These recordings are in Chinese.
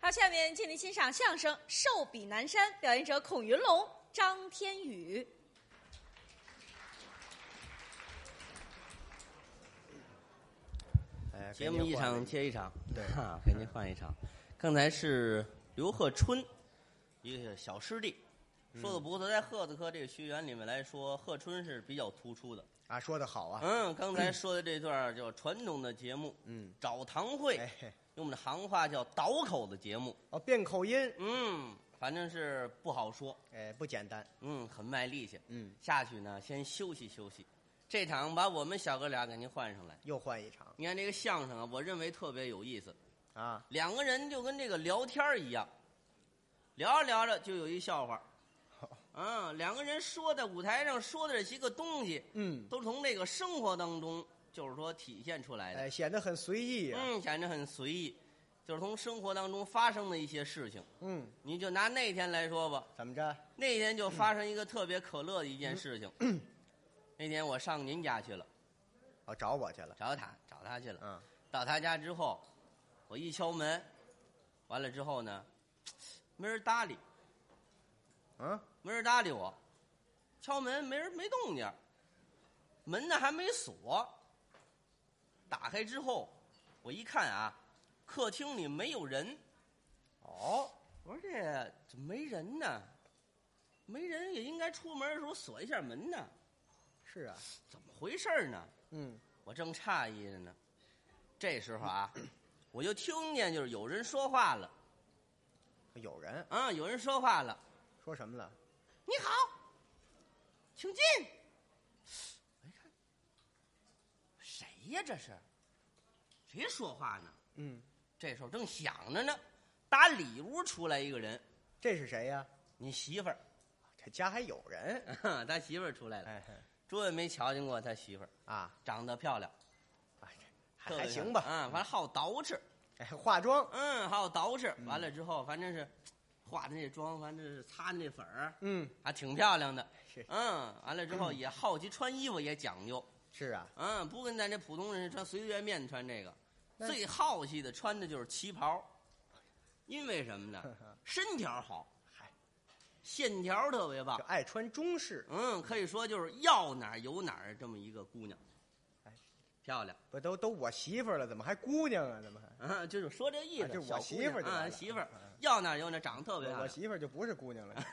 好，下面请您欣赏相声《寿比南山》，表演者孔云龙、张天宇。哎，节目一场接一场，对 哈，给您换一场。刚才是刘鹤春，一个小师弟，说的嗯不错。在鹤子科这个学员里面来说，鹤春是比较突出的。啊，说的好啊，嗯，刚才说的这段叫传统的节目，嗯，找堂会，哎，用我们的行话叫倒口的节目。哦，变口音，嗯，反正是不好说，哎，不简单，嗯，很卖力气。嗯，下去呢，先休息休息。这场把我们小哥俩给您换上来。又换一场你看这个相声啊，我认为特别有意思。啊，两个人就跟这个聊天儿一样，聊着聊着就有一笑话。嗯，两个人说在舞台上说的这些个东西，嗯，都是从这个生活当中，就是说体现出来的。哎，显得很随意啊，嗯，显得很随意，就是从生活当中发生的一些事情。嗯，你就拿那天来说吧，怎么着？那天就发生一个特别可乐的一件事情。那天我上您家去了，哦，找我去了，找他找他去了。嗯，到他家之后，我一敲门，完了之后呢，没人搭理，嗯，没人搭理我，敲门没人没动静儿，门呢还没锁。打开之后，我一看啊，客厅里没有人。哦，我说这怎么没人呢？没人也应该出门的时候锁一下门呢，是啊，怎么回事儿呢？嗯，我正诧异着呢，这时 候啊，我就听见就是有人说话了。有人啊，有人说话了，说什么了？你好，请进。我一看，谁呀这是？谁说话呢？嗯，这时候正想着呢，打里屋出来一个人，这是谁呀？你媳妇儿， 啊这家还有人，他媳妇儿出来了。哎，诸位没瞧见过他媳妇儿，啊，长得漂亮，哎这还特别还行漂吧，亮嗯，反正好捯饬，哎，化妆，嗯，好捯饬。完了之后，反正是化的那妆，反正是擦的那粉儿，嗯，还挺漂亮的。是嗯，完了之后也好奇，穿衣服也讲究。是啊，嗯，不跟咱这普通人穿随随便便穿这个，那最好奇的穿的就是旗袍，因为什么呢？身条好，嗨，线条特别棒就，爱穿中式，嗯，可以说就是要哪儿有哪儿这么一个姑娘哎，漂亮，不都都我媳妇儿了，怎么还姑娘啊？怎么还？嗯，就是说这意思，啊就是小我姑媳妇儿娘就完啊，了媳妇儿嗯要哪儿有哪儿，长得特别我漂我亮，媳妇儿就不是姑娘 了，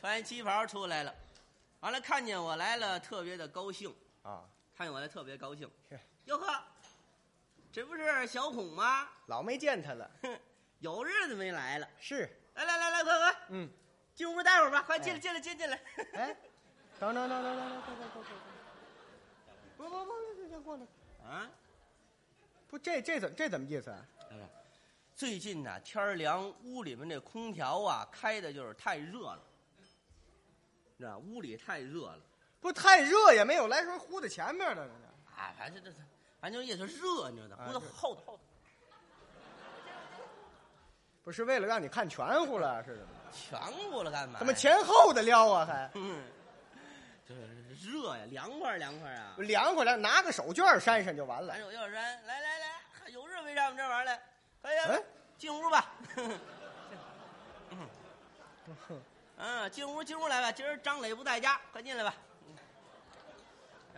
穿旗袍出来了，完了看见我来了，特别的高兴，啊，看见我来特别高兴是，哟呵，这不是小孔吗？老没见她了，有日子没来了。是，来来来来，快快嗯，进屋待会儿吧，快进来哎进来 进进来。哎，等等等等等等等等等，不不不，别过来，啊，哎不这这怎这怎么意思啊？最近呐、天儿凉，屋里面这空调啊开的就是太热了，是吧？屋里太热了，不太热也没有来时候呼在前面的呢，哎，反正这这，反正也是热，你知道啊吗？屋子是后头后头不是为了让你看全乎了是怎么？全过了干嘛呀？怎么前后的撩啊还？嗯， 就是热呀，凉快儿凉快儿啊。凉快凉，拿个手绢扇扇就完了咱。有要山，来来来，有热没上我们这玩儿来，快点、哎进屋 吧。嗯，进屋进屋来吧，今儿张磊不在家，快进来吧。嗯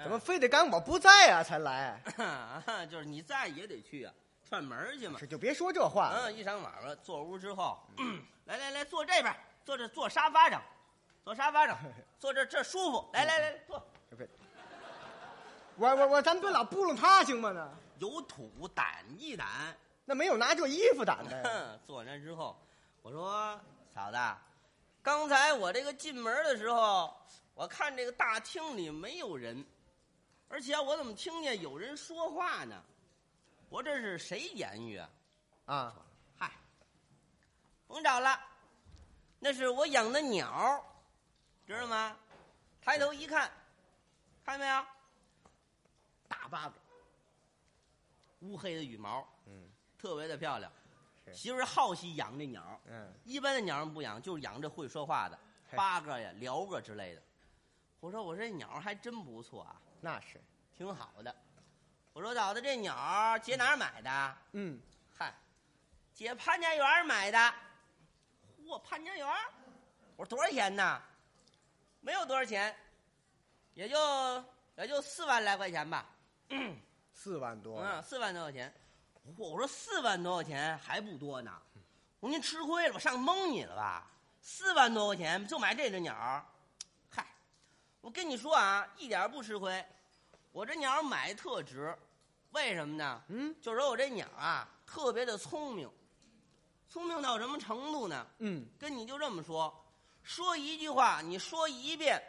怎么非得赶我不在啊才来？啊 就是你在也得去啊，串门儿去嘛是。就别说这话了。嗯，一上晚上坐屋之后， 来来来，坐这边，坐这坐沙发上，坐沙 发上，坐这这舒服。来来来，坐，别我我我，咱们别老扑棱他行吗呢？有土掸一掸。那没有拿这衣服挡的 呀。 坐那之后，我说嫂子，刚才我这个进门的时候，我看这个大厅里没有人，而且我怎么听见有人说话呢？我这是谁言语啊？啊，嗨，甭找了，那是我养的鸟，知道吗？抬头一看，看见没有？大巴掌，乌黑的羽毛，嗯，特别的漂亮。是媳妇儿好奇养这鸟，嗯，一般的鸟儿不养，就是养这会说话的，嘿八哥呀、鹩哥之类的。我说我这鸟儿还真不错啊，那是，挺好的。我说嫂子，这鸟儿姐哪儿买的？嗯，嗨，姐潘家园买的。嚯，潘家园，我说多少钱呢？没有多少钱，也就也就四万来块钱吧。四万多，嗯，四万多块钱。嚯我说四万多块钱还不多呢，我说您吃亏了吧，上蒙你了吧？四万多块钱就买这只鸟儿，嗨，我跟你说啊，一点儿不吃亏。我这鸟儿买特值，为什么呢？嗯，就是说我这鸟啊特别的聪明，聪明到什么程度呢？嗯，跟你就这么说，说一句话，你说一遍，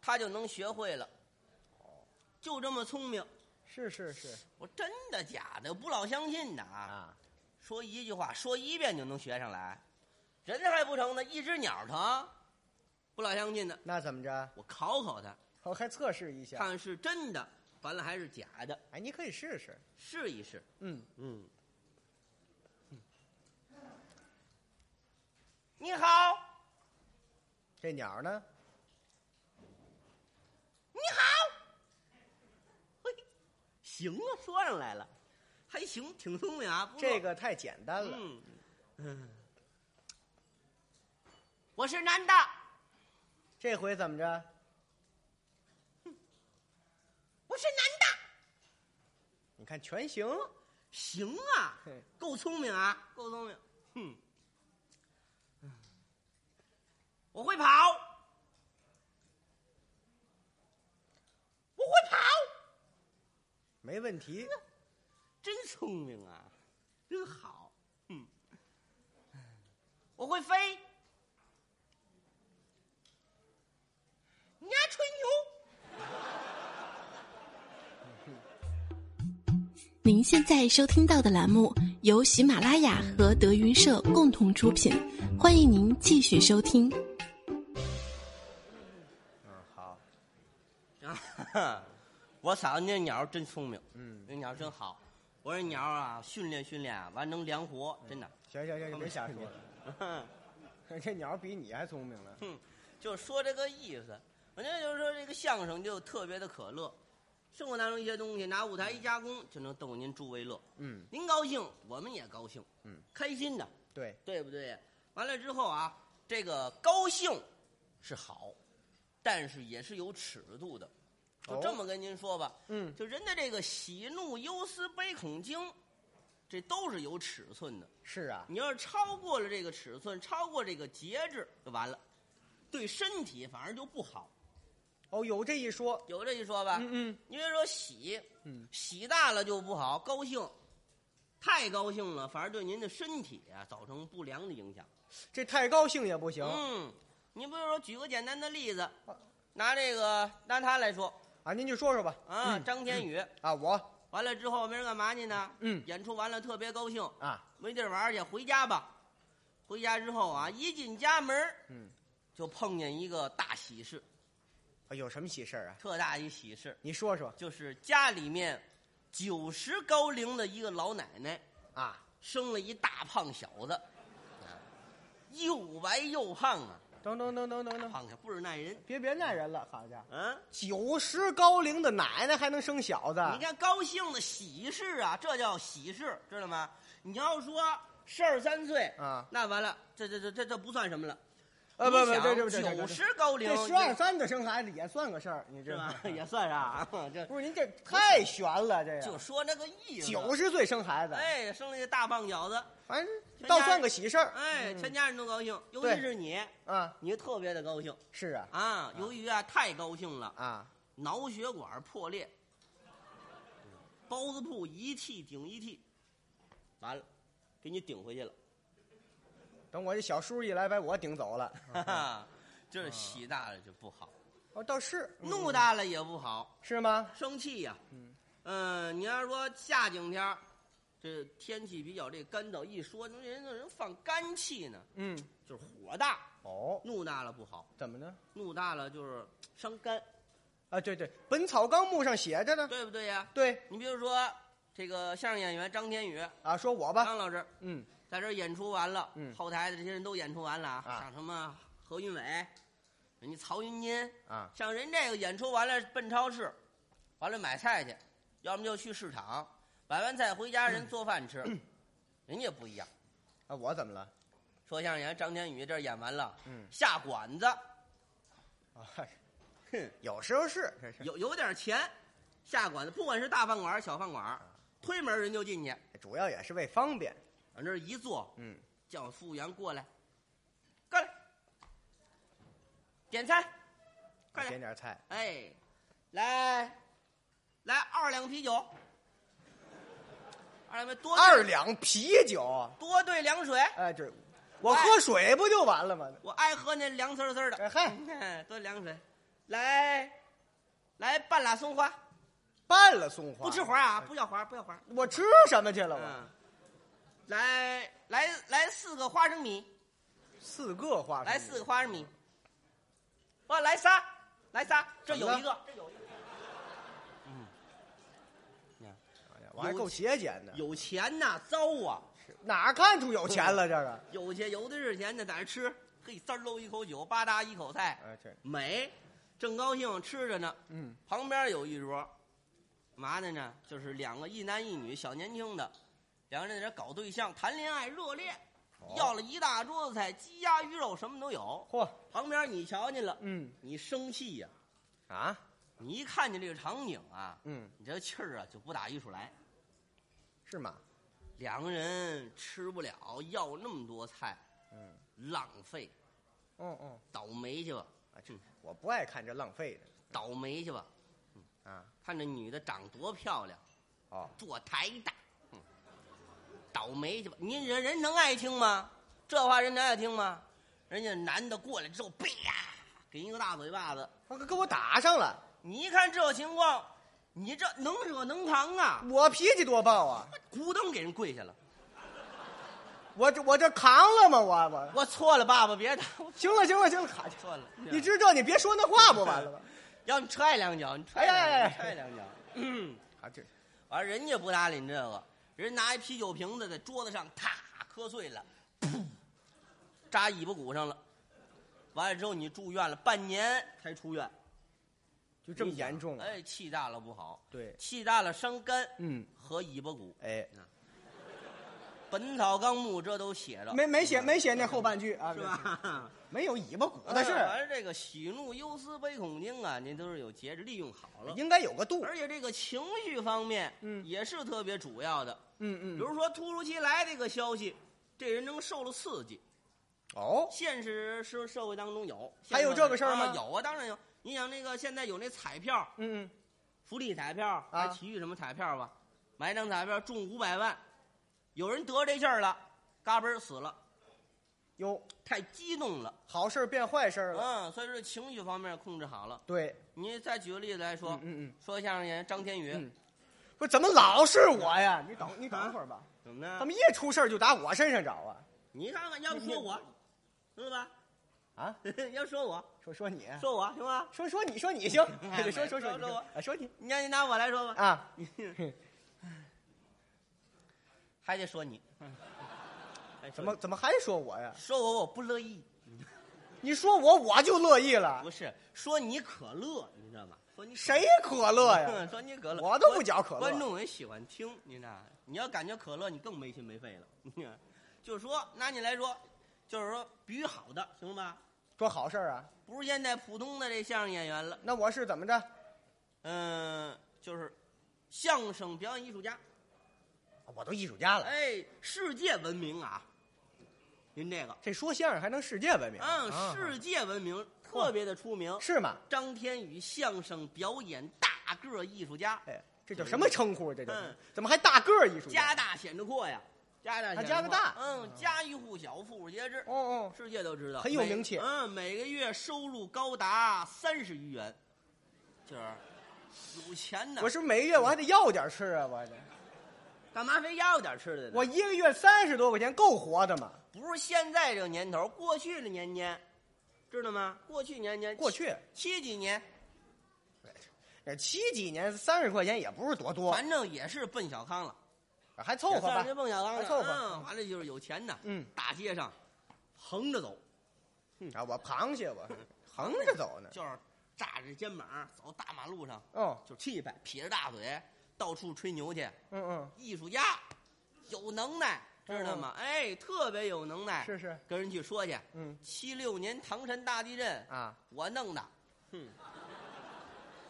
它就能学会了，就这么聪明。是是是我真的假的？我不老相信的啊！啊，说一句话，说一遍就能学上来，人还不成呢，一只鸟疼，不老相信的。那怎么着？我考考他，我还测试一看下，看是真的，完了还是假的，哎，你可以试试。试一试。嗯，嗯，你好，这鸟呢？你好，嘿，行啊，说上来了，还行，挺聪明啊，不错这个太简单了。嗯，我是男的，这回怎么着？我是男的，你看全行。行啊嘿，够聪明啊，够聪明，哼，我会跑，我会跑，没问题，真聪明啊，真好，嗯，我会飞，你还吹牛。您现在收听到的栏目由喜马拉雅和德云社共同出品，欢迎您继续收听。嗯，好，啊，我嫂子那鸟儿真聪明，嗯，那鸟儿真好。我说鸟儿啊，训练训练啊，完能量活，真的。行行行，你别瞎说了， 这鸟比你还聪明了。哼，就说这个意思。我觉得就是说，这个相声就特别的可乐，生活当中一些东西拿舞台一加工，就能逗您诸为乐。嗯，您高兴，我们也高兴，嗯，开心的，对，对不对？完了之后啊，这个高兴是好，但是也是有尺度的。就哦这么跟您说吧，嗯，就人的这个喜怒忧思悲恐惊，这都是有尺寸的。是啊，你要是超过了这个尺寸，超过这个节制，就完了，对身体反而就不好。哦，有这一说。有这一说吧？嗯因为说喜，嗯喜大了就不好，高兴，太高兴了，反而对您的身体啊造成不良的影响。嗯，这太高兴也不行嗯，你比如说举个简单的例子，拿这个拿他来说啊。您就说说吧。啊，嗯张天宇、啊，我完了之后，明儿干嘛去呢？嗯演出完了特别高兴，啊，没地儿玩儿去，回家吧。回家之后啊，一进家门儿嗯，就碰见一个大喜事，啊有什么喜事儿啊？特大一喜事，你说说就是家里面九十高龄的一个老奶奶啊，生了一大胖小子，又白又胖啊，等等等等等等，胖小不是耐人。别别耐人了，好家伙，嗯，九十高龄的奶奶还能生小子？你看高兴的喜事啊，这叫喜事，知道吗？你要说事儿三岁啊那完了，这这这这这不算什么了。呃，不不，你想这这这九十高龄，这十二三的生孩子也算个事儿，你知是道吧吗？？ 也算是啊，这不是您这太悬了，这个就说那个意思。九十岁生孩子，哎，生了一大胖小子，反正倒算个喜事儿。哎，全家人都高兴，尤其是你，啊，你特别的高兴是啊，啊。由于啊太高兴了，啊，脑血管破裂，包子铺一屉顶一屉，完了，给你顶回去了。等我这小叔一来，把我顶走了。哈哈，这喜大了就不好，哦，倒是嗯怒大了也不好，是吗？生气呀、嗯嗯，你要是说下景天儿，这天气比较这干燥，一说那人那人放干气呢，嗯，就是火大，哦，怒大了不好，怎么呢？怒大了就是伤肝，啊，对对，《本草纲目》上写着呢。对不对呀、对你比如说这个相声演员张天宇，啊，说我吧，张老师嗯，在这儿演出完了，嗯后台的这些人都演出完了啊，啊像什么何云伟，人家曹云金，啊，像人这个演出完了奔超市，完了买菜去，要么就去市场，买完菜回家人做饭吃，人家不一样，啊，我怎么了？说相声演员张天宇这儿演完了，嗯下馆子，啊，哼，嗯有时候是这是，有有点钱，下馆子，不管是大饭馆儿小饭馆儿，推门人就进去，主要也是为方嗯便。往这儿一坐，嗯，叫服务员过来，过来，点菜，快点点，点菜，哎，来，来二两啤酒，二两啤多兑二两啤酒，多兑凉水，哎，对，我哎喝水不就完了吗？我爱喝那凉丝丝的，哎 嗨，多凉水，来，来半拉松花，拌了松花，不吃花啊，哎不要花，不要花，我吃什么去了？我嗯，来来来四个花生米，四个花生米，来四个花生米，哇，来仨，来仨，这有一怎么个，这有一个，嗯，你看哎呀，我还够节俭的，有钱呐，糟啊，哪儿看出有钱了这个？有钱有的是钱呢，在那吃，嘿，滋儿喽一口酒，吧嗒一口菜，哎，这，美，正高兴吃着呢，嗯，旁边有一桌，嘛的呢？就是两个一男一女小年轻的，两个人在这搞对象、谈恋爱、热恋，哦要了一大桌子菜，鸡鸭鱼肉什么都有。嚯，旁边你瞧见了，嗯你生气呀、啊，你一看见这个场景啊，嗯，你这气儿啊就不打一处来。是吗？两个人吃不了，要那么多菜，嗯，浪费，嗯嗯，倒霉去吧，啊，这我不爱看这浪费的倒霉去吧。啊。看这女的长多漂亮，哦，坐台大，嗯倒霉去吧！您人人能爱听吗？这话人能爱听吗？人家男的过来之后，啪，给您一个大嘴巴子。他给我打上了，你一看这情况，你这能惹能扛啊！我脾气多暴啊！咕噔给人跪下了。我这我这扛了吗？我我我错了，爸爸别打，我行了行了行了，卡去。错了。你知道你别说那话不完了吗？要你踹两脚，你哎踹呀两呀脚，呀你踹两脚。嗯，啊，这完了人家不搭理你这个，人拿一啤酒瓶子在桌子上啪磕碎了，噗，扎尾巴骨上了。完了之后你住院了半年才出院，就这么严重啊？哎，气大了不好，对，气大了伤肝，嗯，和尾巴骨，《哎，本草纲目》这都写着，没没写没写那后半句啊，是？吧？ 没有尾巴骨的事哎儿，完了这个喜怒忧思悲恐惊啊，您都是有节制，利用好了。应该有个度。而且这个情绪方面，哎嗯也是特别主要的。嗯比嗯，如说突如其来这个消息，这人能受了刺激，哦，现实社社会当中有，还有这个事儿吗啊有啊，当然有。你想那个现在有那彩票，嗯嗯，福利彩票，啊还体育什么彩票吧，买一张彩票中五百万，有人得这劲儿了，嘎嘣儿死了，有太激动了，好事变坏事了。嗯，所以说情绪方面控制好了。对，你再举个例子来说，嗯嗯嗯说相声演员张天宇、嗯不是怎么老是我呀？你等你等会儿吧，怎么呢怎？么一出事儿就打我身上找啊？你看看，要不说我，是吧？啊， 要说我，说说你，啊说我行吧？说说你说你行，哎说说说说你说我啊说你你让你拿我来说吧，啊。还得说你。 哎怎嗯么？怎么还说我呀？说我我不乐意，你说我我就乐意了不，是说你可乐，你知道吗？说你可谁可乐 呀？说你可乐，我都不嚼可乐观众也喜欢听，你知道吗？你要感觉可乐，你更没心没肺了。你看，就是说，拿你来说，就是说比喻好的，行吧？说好事儿啊？不是现在普通的这相声演员了，那我是怎么着？嗯、就是相声表演艺术家，我都艺术家了，哎，世界闻名啊！您这个，这说相声还能世界闻名？嗯，啊世界闻名，特别的出名。是吗？张天宇相声表演大个儿艺术家，哎，这叫什么称呼？啊这叫嗯怎么还大个儿艺术家家？大显着阔呀，家大显着阔还加个大嗯，家喻户晓，妇孺皆知，哦哦，世界都知道，很有每名气嗯，每个月收入高达三十余元，就是有钱的。我是不是每个月我还得要点吃啊，我这干嘛非要点吃的呢？我一个月三十多块钱够活的吗？不是现在这个年头，过去的年年，知道吗？过去年年，过去七几年，呃七几年三十块钱也不是多多，反正也是奔小康了，还凑合吧也算是。奔小康了，还凑合嗯，完了就是有钱的，嗯，大街上横着走，啊，我螃蟹嗯我横着走呢。就是扎着肩膀走大马路上，哦，就气派，撇着大嘴到处吹牛去，嗯嗯，艺术家，有能耐，知道吗？哎，特别有能耐，哦是是，跟人去说去。嗯七六年唐山大地震，啊，我弄的，哼，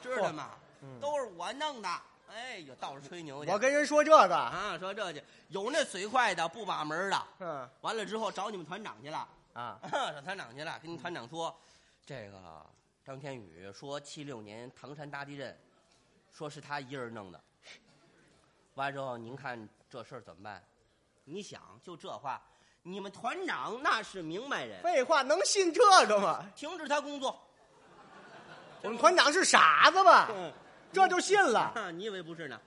知道吗？嗯都是我弄的。哎呦，到处吹牛去。我跟人说这个，啊说这去，有那嘴快的不把门儿的，嗯完了之后找你们团长去了，啊， 找团长去了，跟团长说，这个张天宇说七六年唐山大地震，说是他一人弄的。完之后，您看这事儿怎么办？你想，就这话，你们团长那是明白人，废话，能信这个吗？停止他工作。我们团长是傻子吧？这就信了。啊， 你以为不是呢？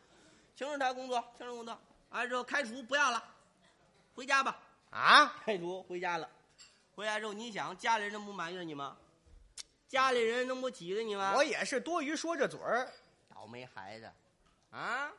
停止他工作，停止工作。完之后开除不要了，回家吧。啊，开除回家了，回家之后你想家里人能不埋怨你吗？家里人能不挤兑你吗？啊我也是多余说这嘴儿。倒霉孩子，啊！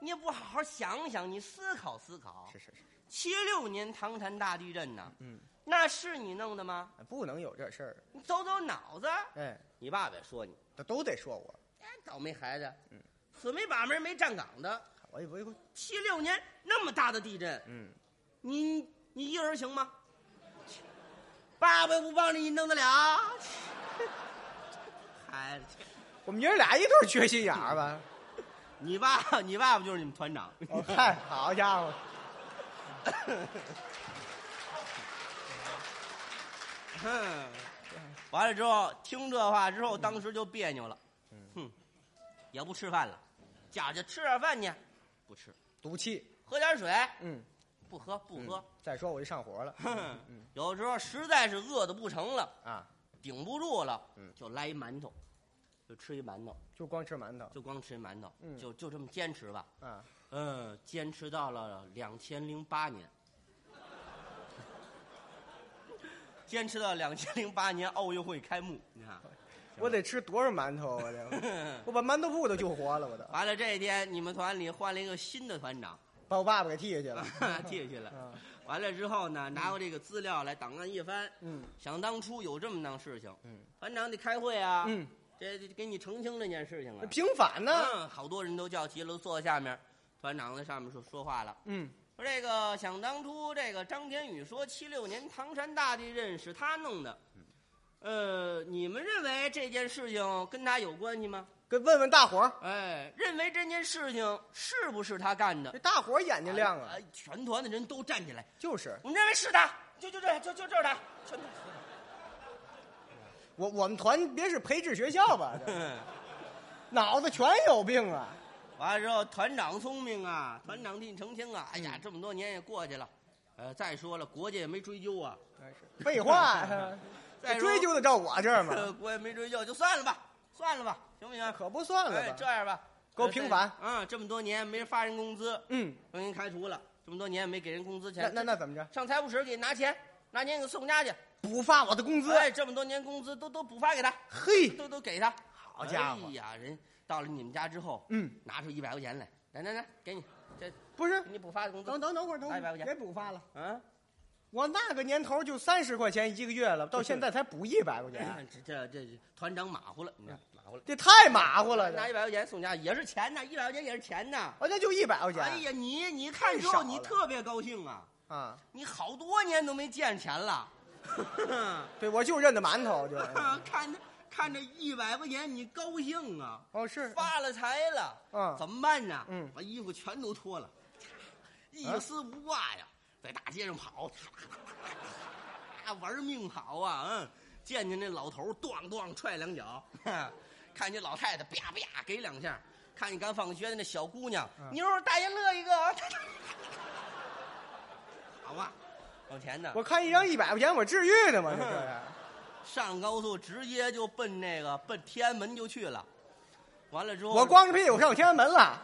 你也不好好想想，你思考思考。是是，七六年唐山大地震呢，嗯，那是你弄的吗？不能有这事儿。你走走脑子。哎，你爸爸也说你，都都得说我，哎，倒霉孩子，嗯，死没把门没站岗的。我也不会。七六年那么大的地震，嗯，你你一人行吗？爸爸不帮你，你弄 得了？孩子，我们爷儿俩一对儿缺心眼儿 吧？你爸你爸爸就是你们团长。哦嗨，好家伙，嗯哼， 完了之后听这话之后，当时就别扭了，嗯哼，也不吃饭了，家去吃点饭去，不吃，赌气。喝点水，嗯，啊不喝不嗯喝，再说我就上 火了哼，有时候实在是饿的不成了，啊，顶不住了，嗯就来一馒头，就吃一馒头，就光吃馒头就光吃一馒头，嗯就就这么坚持吧，啊，嗯，坚持到了两千零八年。 坚持到两千零八年奥运会开幕，你看，我得吃多少馒头啊？我得， 我把馒头铺都救活了，我都完了这一天，你们团里换了一个新的团长， 把我爸爸给踢下 去了。替下去了。啊，完了之后呢，拿过这个资料来档案一翻，嗯想当初有这么档事情，嗯团长得开会啊，嗯，这这给你澄清这件事情啊。平反呢？嗯，好多人都叫齐了，坐下面，团长在上面说说话了，嗯，说这个想当初这个张天宇说七六年唐山大地震是他弄的，呃，你们认为这件事情跟他有关系吗？跟问问大伙儿，哎，认为这件事情是不是他干的这？大伙儿眼睛亮啊哎！！哎全团的人都站起来，就是我们认为是他，就就这，就就就是他，全团。我我们团别是培智学校吧？这嗯，脑子全有病啊！完了之后，团长聪明啊，团长替你澄清啊。哎嗯呀，这么多年也过去了，呃，再说了，国家也没追究啊，废 话呀，再这说追究得到我这儿呃，吗？国家没追究，就算了吧，算了吧，行不行？可不算哎，了这吧？样吧，给我平反啊、嗯这么多年没人发人工资，嗯，让人开除了，这么多年没给人工资那钱，那那怎么着？上财务室给拿钱，拿钱给送家去。补发我的工资？哎，这么多年工资都都补发给他。嘿，都都给他。好家伙哎呀，人到了你们家之后，嗯，拿出一百块钱来，来来来，给你，这不是给，你补发的工资。等等等会儿，等会来一百儿块钱别补发了。啊，我那个年头就三十块钱一个月了，到现在才补一百块哎呀钱，这这这这团长马虎了，你看马虎了。这太嗯马虎了。拿一这百块钱送家也是钱呐，一百块钱也是钱呐。好像就一百块哎钱呀，你你看之太后少了你特别高兴啊，啊！你好多年都没见钱了，对，我就认得馒头就。 看着看着一百块钱你高兴啊，哦，是发了财了，嗯怎么办呢？嗯把衣服全都脱了，一啊丝不挂呀，在大街上跑，玩命跑啊！嗯，见见那老头儿，咣咣踹两脚， 看见老太太，啪啪给两下，看见刚放学的那小姑娘，嗯妞儿大爷乐一个啊， 好吧，往前呢， 我看一张一百块钱，我至于的吗？这 是上高速直接就奔那个奔天安门就去了，完了之后我光着屁股上天安门了。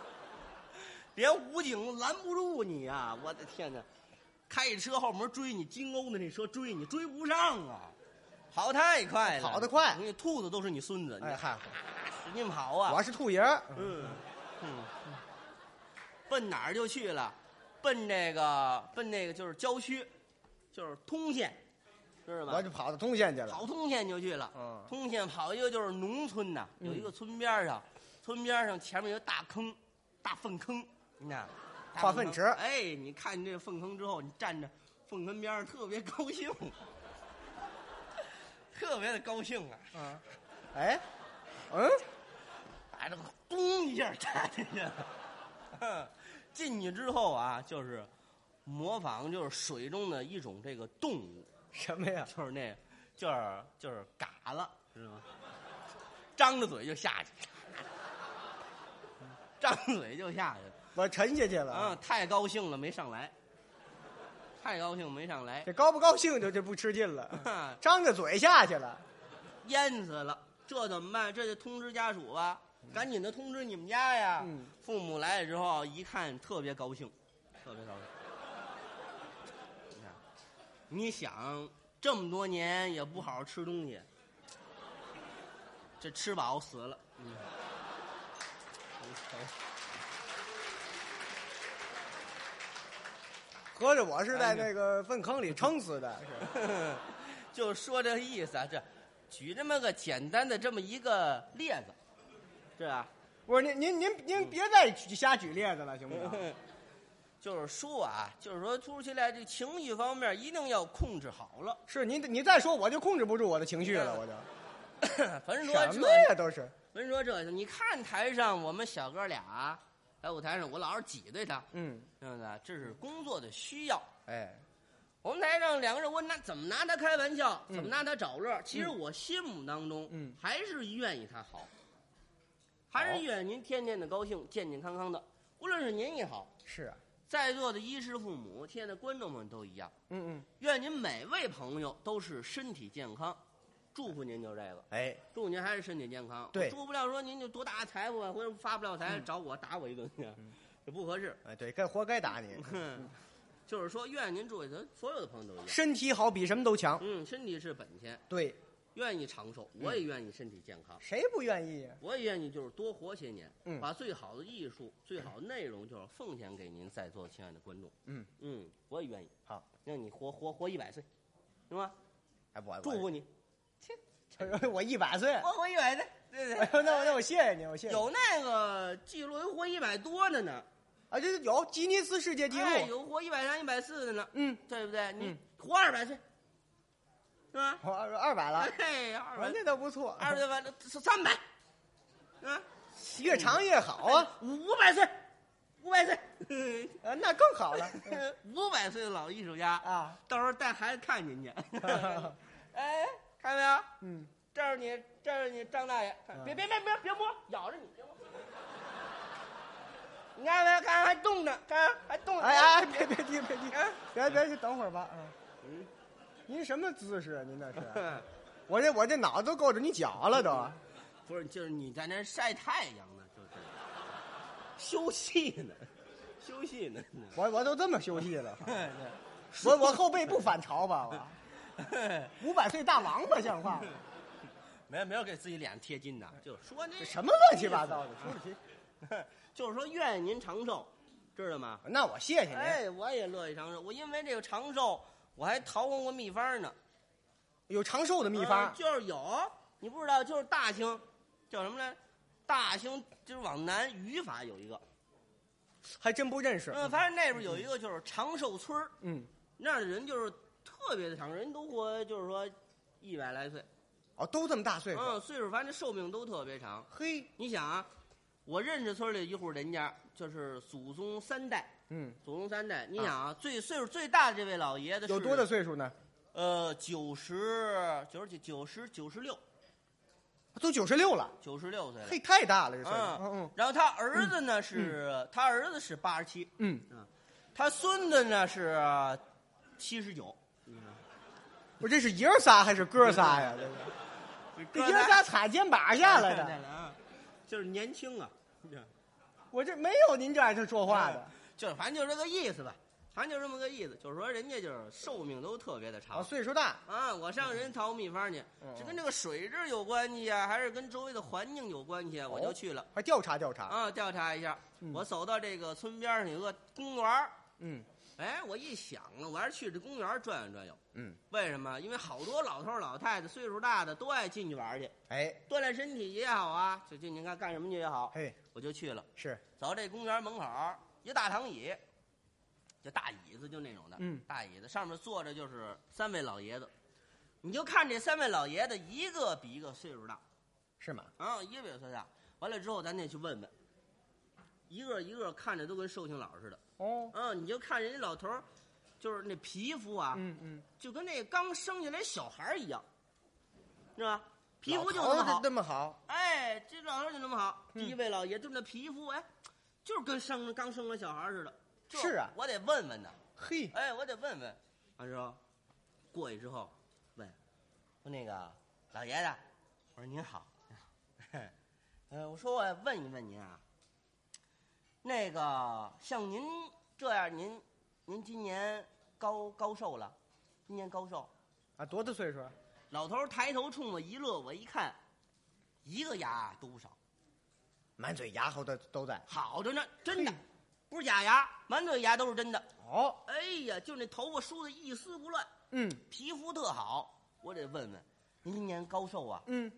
连武警拦不住你啊！我的天哪，开着车后门追你，金钩子那车追你，追不上啊！跑太快了，跑得快那兔子都是你孙子，你哎 嗨，使劲跑啊！我是兔爷儿。嗯嗯，奔哪儿就去了？奔那个奔那个就是郊区，就是通县，知道我吗就？跑到通县去了。跑通县就去了。嗯通县跑一个就是农村呐，有一个村边儿上，村边儿上前面有一大坑，大粪坑，你看，化粪池哎，你看这粪坑之后，你站着粪坑边上特别高兴， 特别的高兴啊！啊，哎，嗯，打着咚一下打进去了。哼进去之后啊，就是模仿就是水中的一种这个动物，什么呀？就是那，就是就是嘎了，知道吗？张着嘴就下去，张着嘴就下去了。我沉下去了啊，！太高兴了没上来，太高兴没上来，这高不高兴就就不吃劲了，啊张着嘴下去了。淹死了，这怎么办？这就通知家属啊，赶紧的通知你们家呀！嗯父母来了之后一看，特别高兴，特别高兴。你看，你想这么多年也不好好吃东西，这吃饱死了，嗯。合着我是在哎那个粪坑里撑死的，是吧 就说这意思啊，这举这么个简单的这么一个例子，是吧？不是您您您您别再举瞎举例子了，行不 行？啊就是说啊，就是说突如其来这情绪方面一定要控制好了。是您你再说我就控制不住我的情绪了，嗯我就 甭说什么这，呀都是，甭说这，你看台上我们小哥俩在舞台上，我老是挤兑他，嗯，对不对？这是工作的需要。哎，我们台上两个人，我拿怎么拿他开玩笑，嗯怎么拿他找乐儿？其实我心目当中，嗯还是愿意他好，还是愿意您天天的高兴，健健康康的。无论是您也好，是啊，在座的衣食父母，亲爱的观众们都一样，嗯嗯，愿您每位朋友都是身体健康，祝福您就这个，哎，祝您还是身体健康。对嗯我祝不了说您就多大财富啊，或者发不了财，找我打我一顿去，这不合适。哎，对，该活该打 你，哼，就是说，愿您祝福所有的朋友都一样。身体好比什么都强，嗯，身体是本钱，对，愿意长寿，我嗯也愿意身体健康，谁不愿意呀？我也愿意就是多活些年，嗯把最好的艺术、最好的内容就是奉献给您在座亲爱的观众。嗯嗯，我也愿意。好，让你活活活一百岁，行吗？哎，我祝福你， 我我一百岁，活活一百岁，对对哎 呦那我那我谢谢你，我谢谢你。有那个记录有活一百多的呢，啊，这有吉尼斯世界纪哎录，有活一百三、一百四的呢，嗯，对不对？你嗯活二百岁，是吧？我二二百了，哎，二我百说，那倒不错，二百完了三百，啊， 越长越好啊，五百岁，五百岁，啊那更好 了嗯五百岁的老艺术家，啊，到时候带孩子看您去。 哎，看没有？嗯，这是你，这是你张大爷，看嗯别别别别别摸，咬着你，别摸。你看没？看还动着，看还动着。哎哎，哎别别提别提，啊别别去，等会儿吧，嗯，嗯您什么姿势啊？您那是？哎，我这我这脑子都够着你脚了都，不是，就是你在那晒太阳呢， 就是休息呢， 休息呢。我我都这么休息了， 对，我我后背不反潮吧？我对五百岁大王八像 话吗？ 没有没有给自己脸上贴金的，就哎说那这什么乱七八糟的，说不清。就是说愿意您长寿，知道吗？那我谢谢您，哎，我也乐意长寿，我因为这个长寿，我还淘换过秘方呢。有长寿的秘啊方，就是有，你不知道，就是大兴，叫什么来？大兴就是往南语法有一个，还真不认识。嗯，反正那边有一个就是长寿村儿嗯，那儿的人就是特别的长，人都活就是说一百来岁，哦，都这么大岁数，嗯，岁数反正寿命都特别长。嘿，你想啊，我认识村里一户人家，就是祖宗三代，嗯，祖宗三代。你想啊，最岁数最大的这位老爷子是有多大？岁数呢？呃，九十九十九九十九十六都九十六了，九十六岁了。嘿，嗯太大了这岁数。嗯嗯嗯，然后他儿子呢是，他儿子是八十七，嗯，他孙子呢是七十九。我这是爷儿仨还是哥儿仨呀？这个嗯这爷儿仨踩肩膀下来对的，了啊，就是年轻啊，我这没有您这样式说话的。就是反正就是这个意思吧，反正就这么个意思，就是说人家就是寿命都特别的啊，长。岁数大，啊，我上人淘秘方去嗯，是跟这个水质有关系啊，还是跟周围的环境有关系啊？我就去了还调查调查。啊，调查一下。嗯我走到这个村边上有个公园儿嗯哎，我一想啊，我还是去这公园儿转悠转悠。嗯，为什么？因为好多老头儿老太太岁数大的都爱进去玩儿去，哎锻炼身体也好啊，就就你看干什么去也好，嘿，我就去了。是走到这公园门口儿，一大躺椅，就大椅子，就那种的，嗯大椅子上面坐着就是三位老爷子，你就看这三位老爷子一个比一个岁数大，是吗？啊，一个比一个岁数大。完了之后，咱得去问问，一个一个看着都跟寿星老似的，哦，嗯、你就看人家老头儿，就是那皮肤啊，嗯嗯，就跟那刚生下来小孩儿一样，是吧？皮肤就老头那么儿这，么好好，哎，这老头儿就那么好，这嗯一位老爷就那皮肤，哎，就是跟生刚生了小孩儿似的。这是啊我得问问他，嘿，哎，我得问问。完之后，过去之后，问，说那个老爷子，我说您好， 呃，我说我问一问您啊，那个像您这样，您您今年高高寿了？今年高寿？啊，多大岁数？老头儿抬头冲我一乐，我一看，一个牙都不少。满嘴牙猴的都在。好着呢，真的，哎不是假牙，满嘴牙都是真的。哦，哎呀，就那头发梳的一丝不乱，嗯皮肤特好。我得问问，您今年高寿啊？嗯，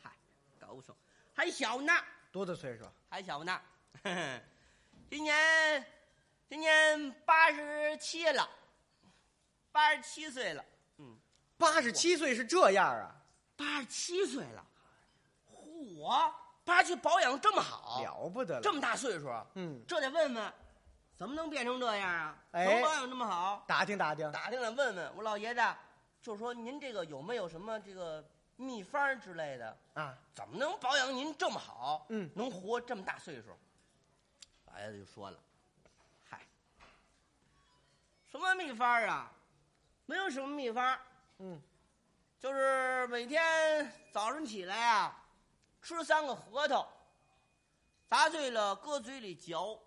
嗨，高寿，还小呢，多大岁数？还小呢。 今年，今年八十七了，八十七岁了，嗯八十七岁是这样啊？八十七岁了，嚯，八十七保养这么好，了不得了，这么大岁数，啊嗯，这得问问，怎么能变成这样啊？哎怎么保养这么好？打听打听，打听了问问我老爷子，就说您这个有没有什么这个秘方儿之类的？啊，怎么能保养您这么好？嗯能活这么大岁数？老爷子就说了：“嗨，什么秘方儿啊？没有什么秘方儿，嗯，就是每天早上起来啊，吃三个核桃，砸碎了搁嘴里嚼，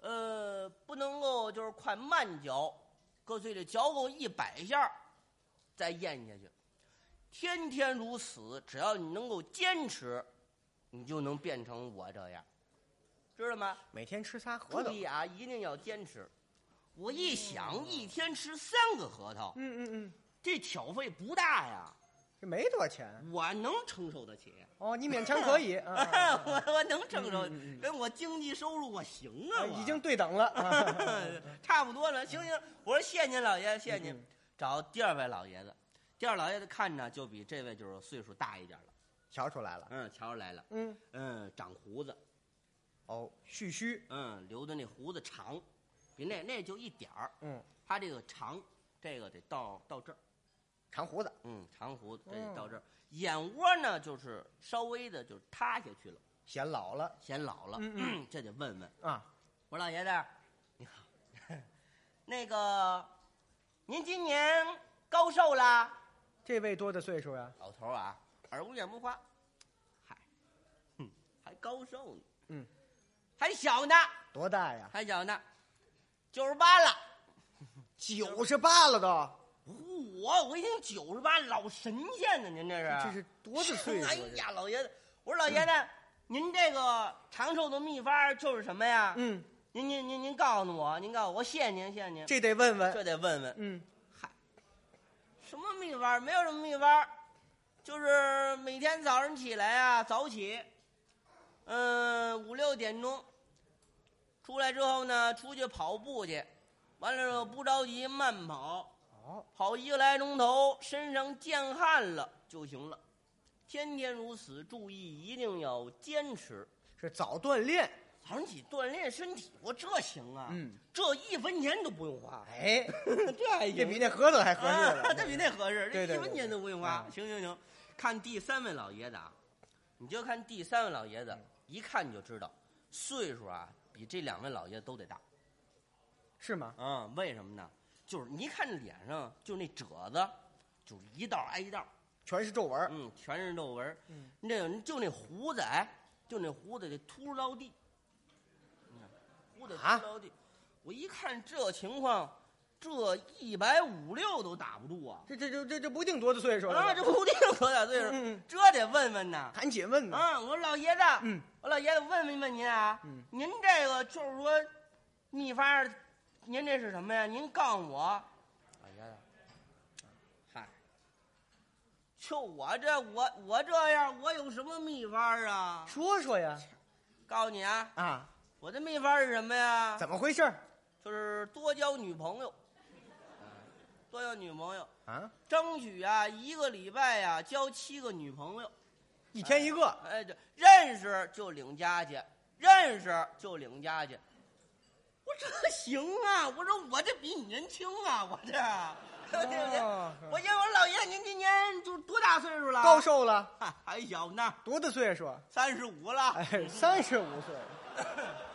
呃，不能够就是快慢嚼，搁嘴里嚼够一百下儿，再咽下去。天天如此，只要你能够坚持，你就能变成我这样，知道吗？每天吃仨核注桃。意啊，一定要坚持。我一想，一天吃三个核桃，嗯嗯嗯，这挑费不大呀，这没多少钱我能承受得起。哦，你勉强 可以啊啊，啊 我我能承受嗯嗯嗯，跟我经济收入我行啊啊，我已经对等了。 啊 差不多了。嗯行行，我说谢谢您老爷子，谢谢嗯您。找第二位老爷子，第二老爷子看着就比这位就是岁数大一点了，瞧出来了，嗯，瞧出来了，嗯，嗯，长胡子，哦，蓄须，嗯，留的那胡子长，比那那就一点儿，嗯，他这个长，这个得到到这儿，长胡子，嗯，长胡子这得到这儿，眼窝呢就是稍微的就是塌下去了，显老了显老了，嗯嗯 这得问问。啊。我说老爷子，你好，那个您今年高寿啦？这位多大岁数呀？老头儿啊，耳无眼不花，嗨，哼，还高寿呢，嗯，还小呢，多大呀？还小呢，九十八了。九十八了都，我我已经九十八，老神仙呢，您这是？这是啊多大岁数啊？ 哎这是嗯呀，老爷子，我说老爷子，您这个长寿的秘方就是什么呀？嗯，您您您您告诉我，您告诉我，谢谢您，谢谢您。这得问问。这得问问，嗯，嗨，什么秘方？没有什么秘方，就是每天早上起来啊，早起，嗯，五六点钟出来之后呢，出去跑步去，完了之后不着急，慢跑，哦，跑一个来钟头，身上见汗了就行了。天天如此，注意一定要坚持。是早锻炼。早上起锻炼身体，我这行啊，嗯，这一分钱都不用花， 哎，这还行这比那核桃还合适啊，这了。比那合适，这对对对一分钱都不用花啊。行行行，看第三位老爷子啊，你就看第三位老爷子，一看你就知道岁数啊比这两位老爷子都得大。是吗？嗯，为什么呢？就是你一看脸上就是那褶子，就是一道挨一道，全是皱纹。嗯，全是皱纹。嗯，那就那胡子，哎，就那胡子得秃噜到地，嗯，胡子秃啊噜到地。我一看这情况，这一百五六都打不住啊！这这这这这不定多大岁数了。啊，这不定多大岁数，嗯嗯这得问问呐。赶紧问呢。啊，我说老爷子，嗯，我老爷子问问问您啊，嗯您这个就是说秘方儿，您这是什么呀？您告诉我。老爷子，嗨，就我这我我这样，我有什么秘方儿啊？说说呀。告诉你啊，啊，我这秘方是什么呀？怎么回事儿就是多交女朋友，嗯多交女朋友，啊？争取啊一个礼拜呀、交七个女朋友。一天一个，哎，对，认识就领家去，认识就领家去。我这行啊！我说我这比你年轻啊！我这，对不对？哦我先问老爷，您今年就多大岁数了？哎高寿了，还还小呢，多大岁数？三十五了。哎，三十五岁了，